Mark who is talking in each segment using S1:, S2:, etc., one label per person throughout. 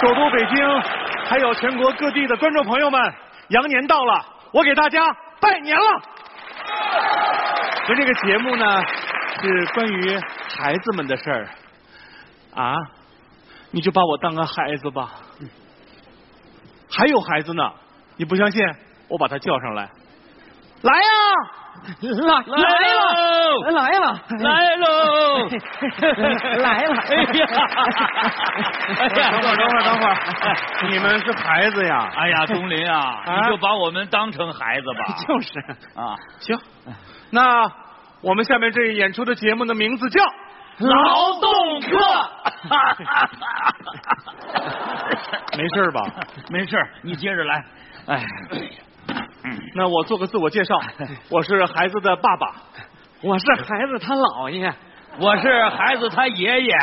S1: 首都北京，还有全国各地的观众朋友们，羊年到了，我给大家拜年了。而这个节目呢，是关于孩子们的事儿啊，你就把我当个孩子吧。还有孩子呢，你不相信？我把他叫上来。
S2: 来呀、来来了，来了，
S3: 来喽！
S2: 来了！
S3: 哎呀，哎 呀，
S1: 等会儿，等会儿，等会儿， 你们是孩子呀？
S3: 哎呀，钟林啊，
S1: 啊
S3: 你就把我们当成孩子吧。
S1: 就是。
S3: 啊，
S1: 行，那我们下面这演出的节目的名字叫。
S3: 劳动课。
S1: 没事儿吧？
S3: 没事儿，你接着来。哎，
S1: 那我做个自我介绍，我是孩子的爸爸，
S2: 我是孩子他姥爷，
S3: 我是孩子他爷爷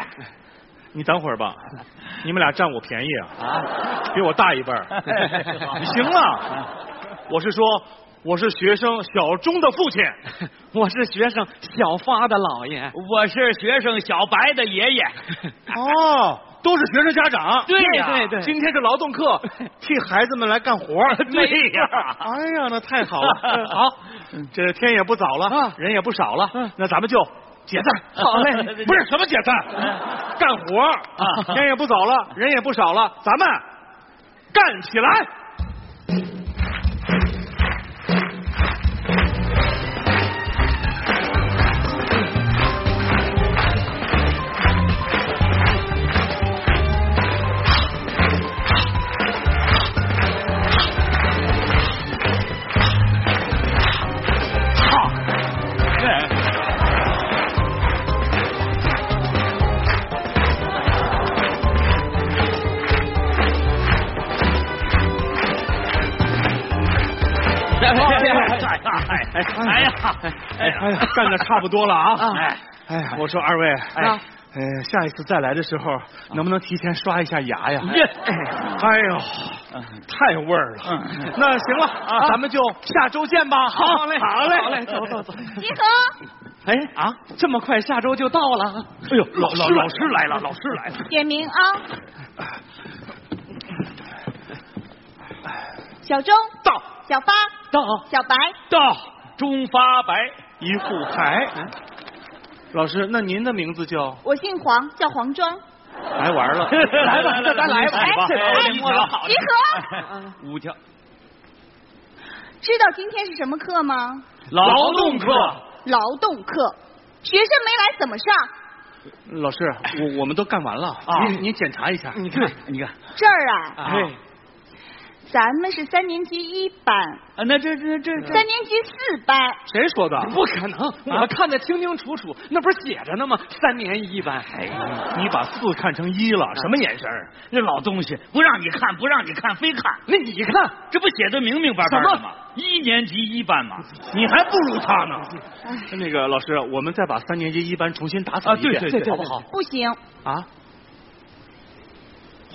S1: 你等会儿吧，你们俩占我便宜啊，
S3: 啊。
S1: 比我大一辈儿。行了，我是说我是学生小钟的父亲，
S2: 我是学生小发的姥爷，
S3: 我是学生小白的爷爷。
S1: 哦，都是学生家长。
S3: 对呀
S2: 对对对，
S1: 今天是劳动课，替孩子们来干活儿。
S3: 对呀
S1: 哎呀，那太好了！好，这天也不早了，
S2: 啊
S1: 人也不少了，
S2: 嗯
S1: 那咱们就解散。
S2: 好嘞
S1: 不是什么解散，干活儿
S3: 啊
S1: 天也不早了，人也不少了，咱们干起来！
S3: 哎呀，哎呀，哎
S1: 哎呀
S3: 呀，，
S1: 干的差不多了啊！
S2: 啊
S3: 哎，
S1: 哎呀，我说二位，
S2: 啊
S1: 哎，呃，下一次再来的时候，能不能提前刷一下牙呀？
S3: 这
S1: 哎呦，太味儿了。
S3: 嗯
S1: 那行了，啊，咱们就下周见吧。好嘞，好嘞，
S2: 好嘞，走走走。
S4: 集合，
S2: 哎啊，这么快下周就到了，
S1: 哎呦，老老老师来了，
S3: 老师来了。
S4: 点名啊！小钟
S1: 到
S4: 小发、
S2: 到
S4: 小白，
S3: 到中发白，
S1: 一副牌。老师，那您的名字叫？
S4: 我姓黄，叫黄庄。
S1: 来玩了
S3: 来吧
S2: 咱来吧
S3: 来吧，
S2: 这
S4: 哎
S3: 哎
S4: 集
S3: 一条
S4: 合，集合，
S2: 啊
S3: 五条
S4: 知道今天是什么课吗？
S3: 劳动课，
S4: 劳动课。学生没来怎么上？
S1: 老师，我我们都干完了
S3: 啊
S1: 您您检查一下。
S2: 你看
S3: 你看，
S4: 这儿啊，
S3: 啊
S1: 哎，
S4: 咱们是三年级一班，
S3: 啊，那这这这
S2: 嗯
S3: 这
S4: 三年级四班。
S1: 谁说的？啊
S2: 不可能，我看得清清楚楚，那不是写着呢吗？三年一班，
S1: 哎你把四看成一了，什么眼神儿？
S3: 这啊老东西不让你看，不让你看，非看，
S2: 那你看，
S3: 这不写的明明白白的吗？一年级一班嘛，
S1: 你还不如他呢。那个老师，我们再把三年级一班重新打扫
S3: 啊
S1: 一遍，
S3: 对对
S1: 好不好？
S4: 不行，
S2: 哎
S1: 啊？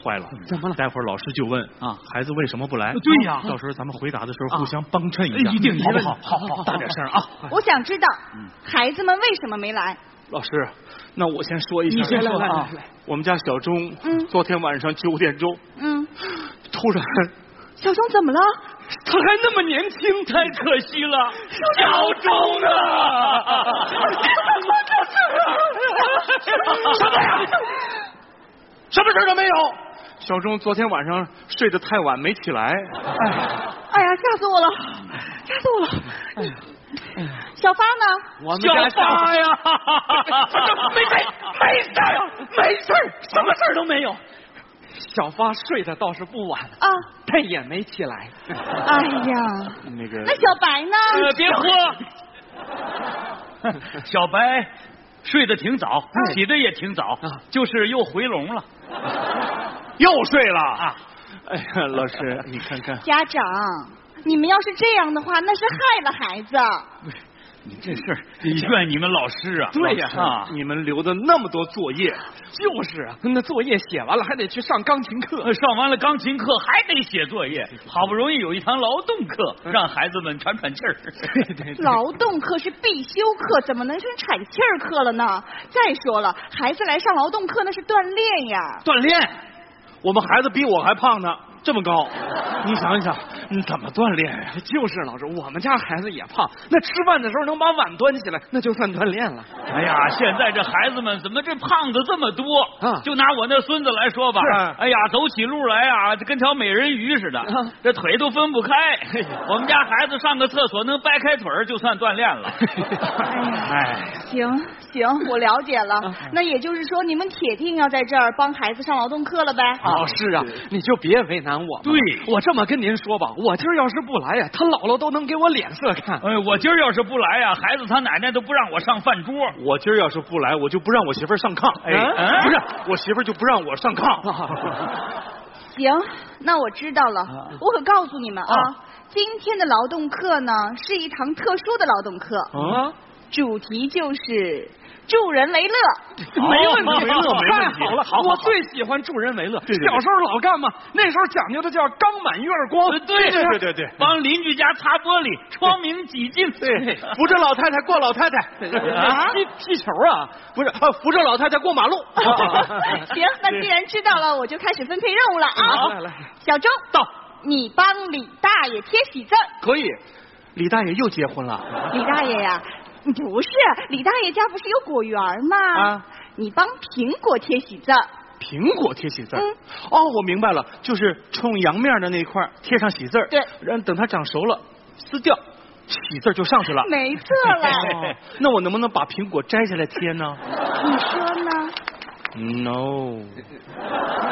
S1: 坏了，
S2: 怎么了
S1: 待会儿老师就问
S3: 啊
S1: 孩子为什么不来？
S3: 对呀
S1: 到时候咱们回答的时候互相帮衬一下，
S3: 一定
S1: 好不好？
S3: 好好
S1: 大点声啊！
S4: 我想知道
S2: 嗯
S4: 孩子们为什么没来。
S1: 老师，那我先说一下，
S2: 你先说
S1: 来
S2: 啊
S1: 来来我们家小钟，
S4: 嗯
S1: 昨天晚上九点钟
S4: 嗯，
S1: 突然，
S4: 小钟怎么了？
S2: 他还那么年轻，
S3: 太可惜了，小钟
S1: 什
S3: 啊！
S1: 么事儿都没有。小钟昨天晚上睡得太晚没起来，
S4: 哎呀，吓死我了，吓死我了！哎小发呢？
S2: 我们
S3: 小
S2: 家小
S3: 八呀，
S2: 没事没事儿没事儿
S3: 什么事儿都没有。
S2: 小发睡得倒是不晚，
S4: 啊，
S2: 但也没起来。
S4: 哎呀，
S1: 那个
S4: 那小白呢？
S3: 呃，别喝。小白睡得挺早，起得也挺早，就是又回笼了。
S1: 又睡了啊！哎呀，老师，你看看，
S4: 家长，你们要是这样的话，那是害了孩子。
S3: 你这事儿，
S1: 哎
S3: 怨你们老师啊！
S2: 对呀
S3: 啊，
S1: 你们留的那么多作业，
S2: 就是啊，那作业写完了还得去上钢琴课。
S3: 呃上完了钢琴课还得写作业，好不容易有一堂劳动课，
S1: 嗯
S3: 让孩子们喘喘气 儿。
S4: 劳动课是必修课，怎么能成喘气儿课了呢？再说了，孩子来上劳动课那是锻炼呀。
S3: 锻炼，
S1: 我们孩子比我还胖呢，这 么高，你想一想，你怎么锻炼呀、
S2: 就是老师，我们家孩子也胖，那吃饭的时候能把碗端起来，那就算锻炼 了。
S3: 哎呀，现在这孩子们怎么这胖子这么多？
S2: 啊
S3: 就拿我那孙子来说吧
S1: 是，啊
S3: 哎呀，走起路来啊，就跟条美人鱼似的，这腿都分不开。
S1: 哎
S3: 我们家孩子上个厕所能掰开腿儿就算锻 炼了。哎，
S4: 行嗯行，我了解了。那也就是说，你们铁定要在这儿帮孩子上劳动课了呗？
S2: 老师啊，你就别为难我们。
S3: 对
S2: 我这么跟您说吧，我今儿要是不来呀、他姥姥都能给我脸色看。
S3: 哎，我今儿要是不来呀、孩子他奶奶都不让我上饭桌。
S1: 我今儿要是不来，我就不让我媳妇儿上炕。哎，
S3: 嗯
S1: 不是，我媳妇儿就不让我上炕。
S4: 行，那我知道了。
S1: 啊
S4: 我可告诉你们啊，今天的劳动课呢是一堂特殊的劳动课，
S2: 啊，
S4: 主题就是助人为乐。
S2: 没问题，
S1: 哦没问题
S2: 太好了，
S1: 好好好
S2: 我最喜欢助人为乐。
S1: 对对对
S2: 小时候老干嘛？那时候讲究的叫刚满月光。
S3: 呃对
S1: 哦对对对对
S3: 帮邻居家擦玻璃，窗明几净。 对
S1: 扶着老太太过老太太，
S2: 啊，踢踢球啊，
S1: 不是，啊扶着老太太过马路。
S4: 啊行，那既然知道了，我就开始分配任务了啊！
S2: 好来来
S4: 小周
S1: 到，
S4: 你帮李大爷贴喜字儿。
S1: 可以。李大爷又结婚了，
S4: 李大爷呀、不是，李大爷家不是有果园吗？
S1: 啊
S4: 你帮苹果贴喜 字儿。
S1: 苹果贴喜字儿。
S4: 嗯
S1: 哦，我明白了，就是冲阳面的那一块儿贴上喜字儿
S4: 对
S1: 然后等它长熟了撕掉，喜字儿就上去了。
S4: 没错了，
S1: 哦 那我能不能把苹果摘下来 贴呢
S4: 你说呢？
S1: ？No。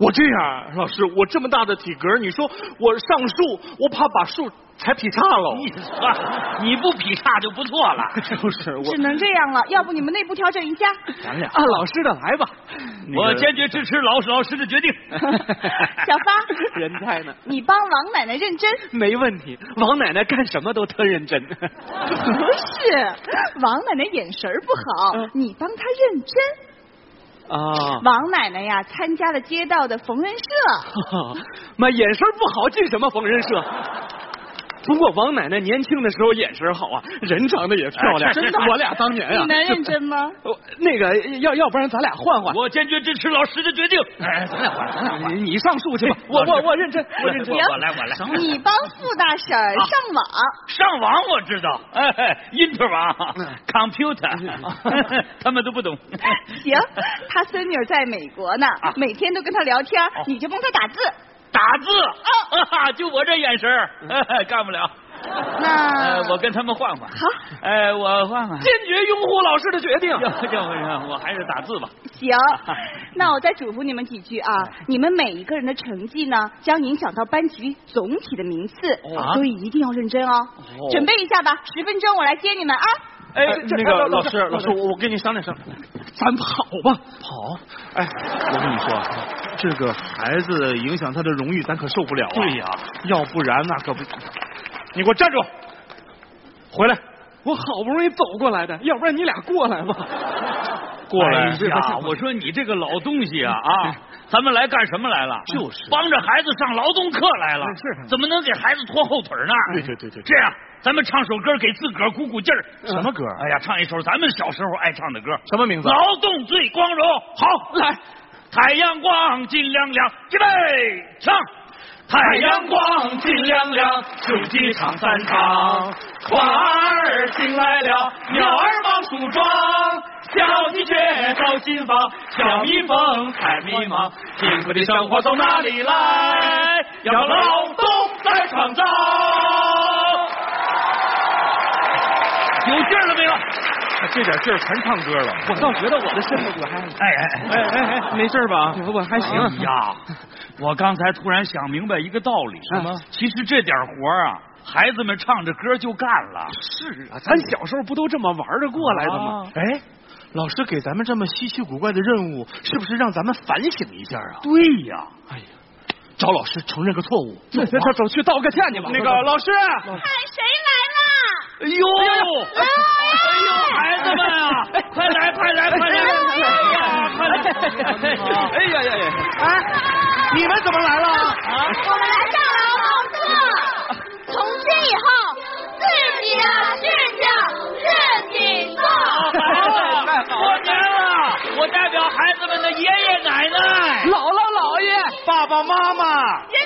S1: 我这样，老师，我这么大的体格，你说我上树，我怕把树踩劈叉喽。
S3: 你啊，你不劈叉就不错 了。
S1: 就是我
S4: 只，能这样了，要不你们内部调整一下。
S1: 咱俩，
S2: 按老师的来吧。
S1: 那
S3: 我
S1: 个
S3: 坚决支持老师老师的决定。
S4: 小 发，
S2: 人才呢？
S4: 你帮王奶奶 认真。
S2: 没问题，王奶奶干什么都特认 真。
S4: 不是，王奶奶眼神儿不好，
S3: 嗯
S4: 你帮她认真。
S2: 啊，
S4: 王奶奶呀，参加了街道的缝纫社。
S2: 妈，眼神不好进什么缝纫社？不过王奶奶年轻的时候眼神好啊，人长得也漂亮。
S3: 哎是是
S2: 我俩当年啊
S4: 你，能认真吗？
S2: 我那个要要不然咱俩换换，
S3: 我坚决支持老师的决定。哎，咱俩玩儿，咱俩玩儿。
S2: 你你上树
S1: 哎
S2: 去吧，我我我认真，我认真。
S3: 我来，我来。啊
S4: 你帮傅大婶儿上网。
S3: 上网我知道，哎，inter 网，computer，他 们都不懂。
S4: 行，他孙女儿在美国呢，
S3: 啊
S4: 每天都跟他聊天，
S3: 哦
S4: 你就帮他打字。
S3: 打字，
S4: 哦
S3: 就我这眼神儿，
S2: 嗯
S3: 干不了。
S4: 那
S3: 呃，我跟他们换换。
S4: 啊好，
S3: 哎，我换换。
S2: 坚决拥护老师的决 定。
S3: 要要不然我还是打字吧。
S4: 行，那我再嘱咐你们几句啊，你们每一个人的成绩呢，将影响到班级总体的名次，
S3: 啊
S4: 所以一定要认真哦。准备一下吧，十分钟我来接你们啊。
S1: 哎，
S2: 这
S1: 那个
S2: 老
S1: 老
S2: 师
S1: 师，老师，我我跟你商量商量。
S2: 咱跑吧，
S1: 跑？哎，我跟你说，啊这个孩子影响他的荣誉，咱可受不了啊！
S3: 对呀
S1: 要不然那可不……你给我站住！回来，
S2: 我好不容易走过来的，要不然你俩过来吧。
S1: 过来！
S3: 哎呀，我说你这个老东西啊啊！咱们来干什么来了？
S1: 就是哎
S3: 帮着孩子上劳动课来了。
S2: 是
S3: 怎么能给孩子拖后腿呢？
S1: 对对对对对
S3: 这样，咱们唱首歌给自个儿鼓鼓劲儿。
S1: 什么歌啊
S3: 哎呀，唱一首咱们小时候爱唱的歌。
S1: 什么名字？
S3: 劳动最光荣。好，来，太阳光金亮亮，预备唱。太阳光金亮亮，秋季唱三唱。花儿醒来了，鸟儿往树撞。小喜鹊找新房，小蜜蜂采蜜忙。幸福的生活从哪里来？要靠劳动来创造。有劲儿了没有？
S1: 这点劲儿全唱歌了。
S2: 我倒觉得我的身子来了，
S3: 哎哎哎
S1: 哎哎哎，没事吧？
S2: 我还行。
S3: 哎呀，我刚才突然想明白一个道理，
S2: 什么
S3: 其实这点活儿啊，孩子们唱着歌就干了。
S2: 是啊，咱小时候不都这么玩着过来的吗？
S3: 啊
S1: 哎，老师给咱们这么稀奇古怪的任务，是不是让咱们反省一下啊？
S3: 对呀，
S1: 找老师承认个错误。
S2: 走走走去道个歉去吧。
S1: 那个老师，啊
S4: 看哎谁来
S3: 哎呦，哎呦，孩子们啊，快来快来快来！哎呀，快来！
S2: 哎呀呀呀！
S1: 哎你们怎么来了？
S2: 啊
S1: 哎
S4: 我们来上劳动课，从今以后自己的事情自己做。
S3: 孩子，过年了！我代表孩子们的爷爷奶奶。
S2: 姥姥
S1: 爸爸妈妈。
S3: 哎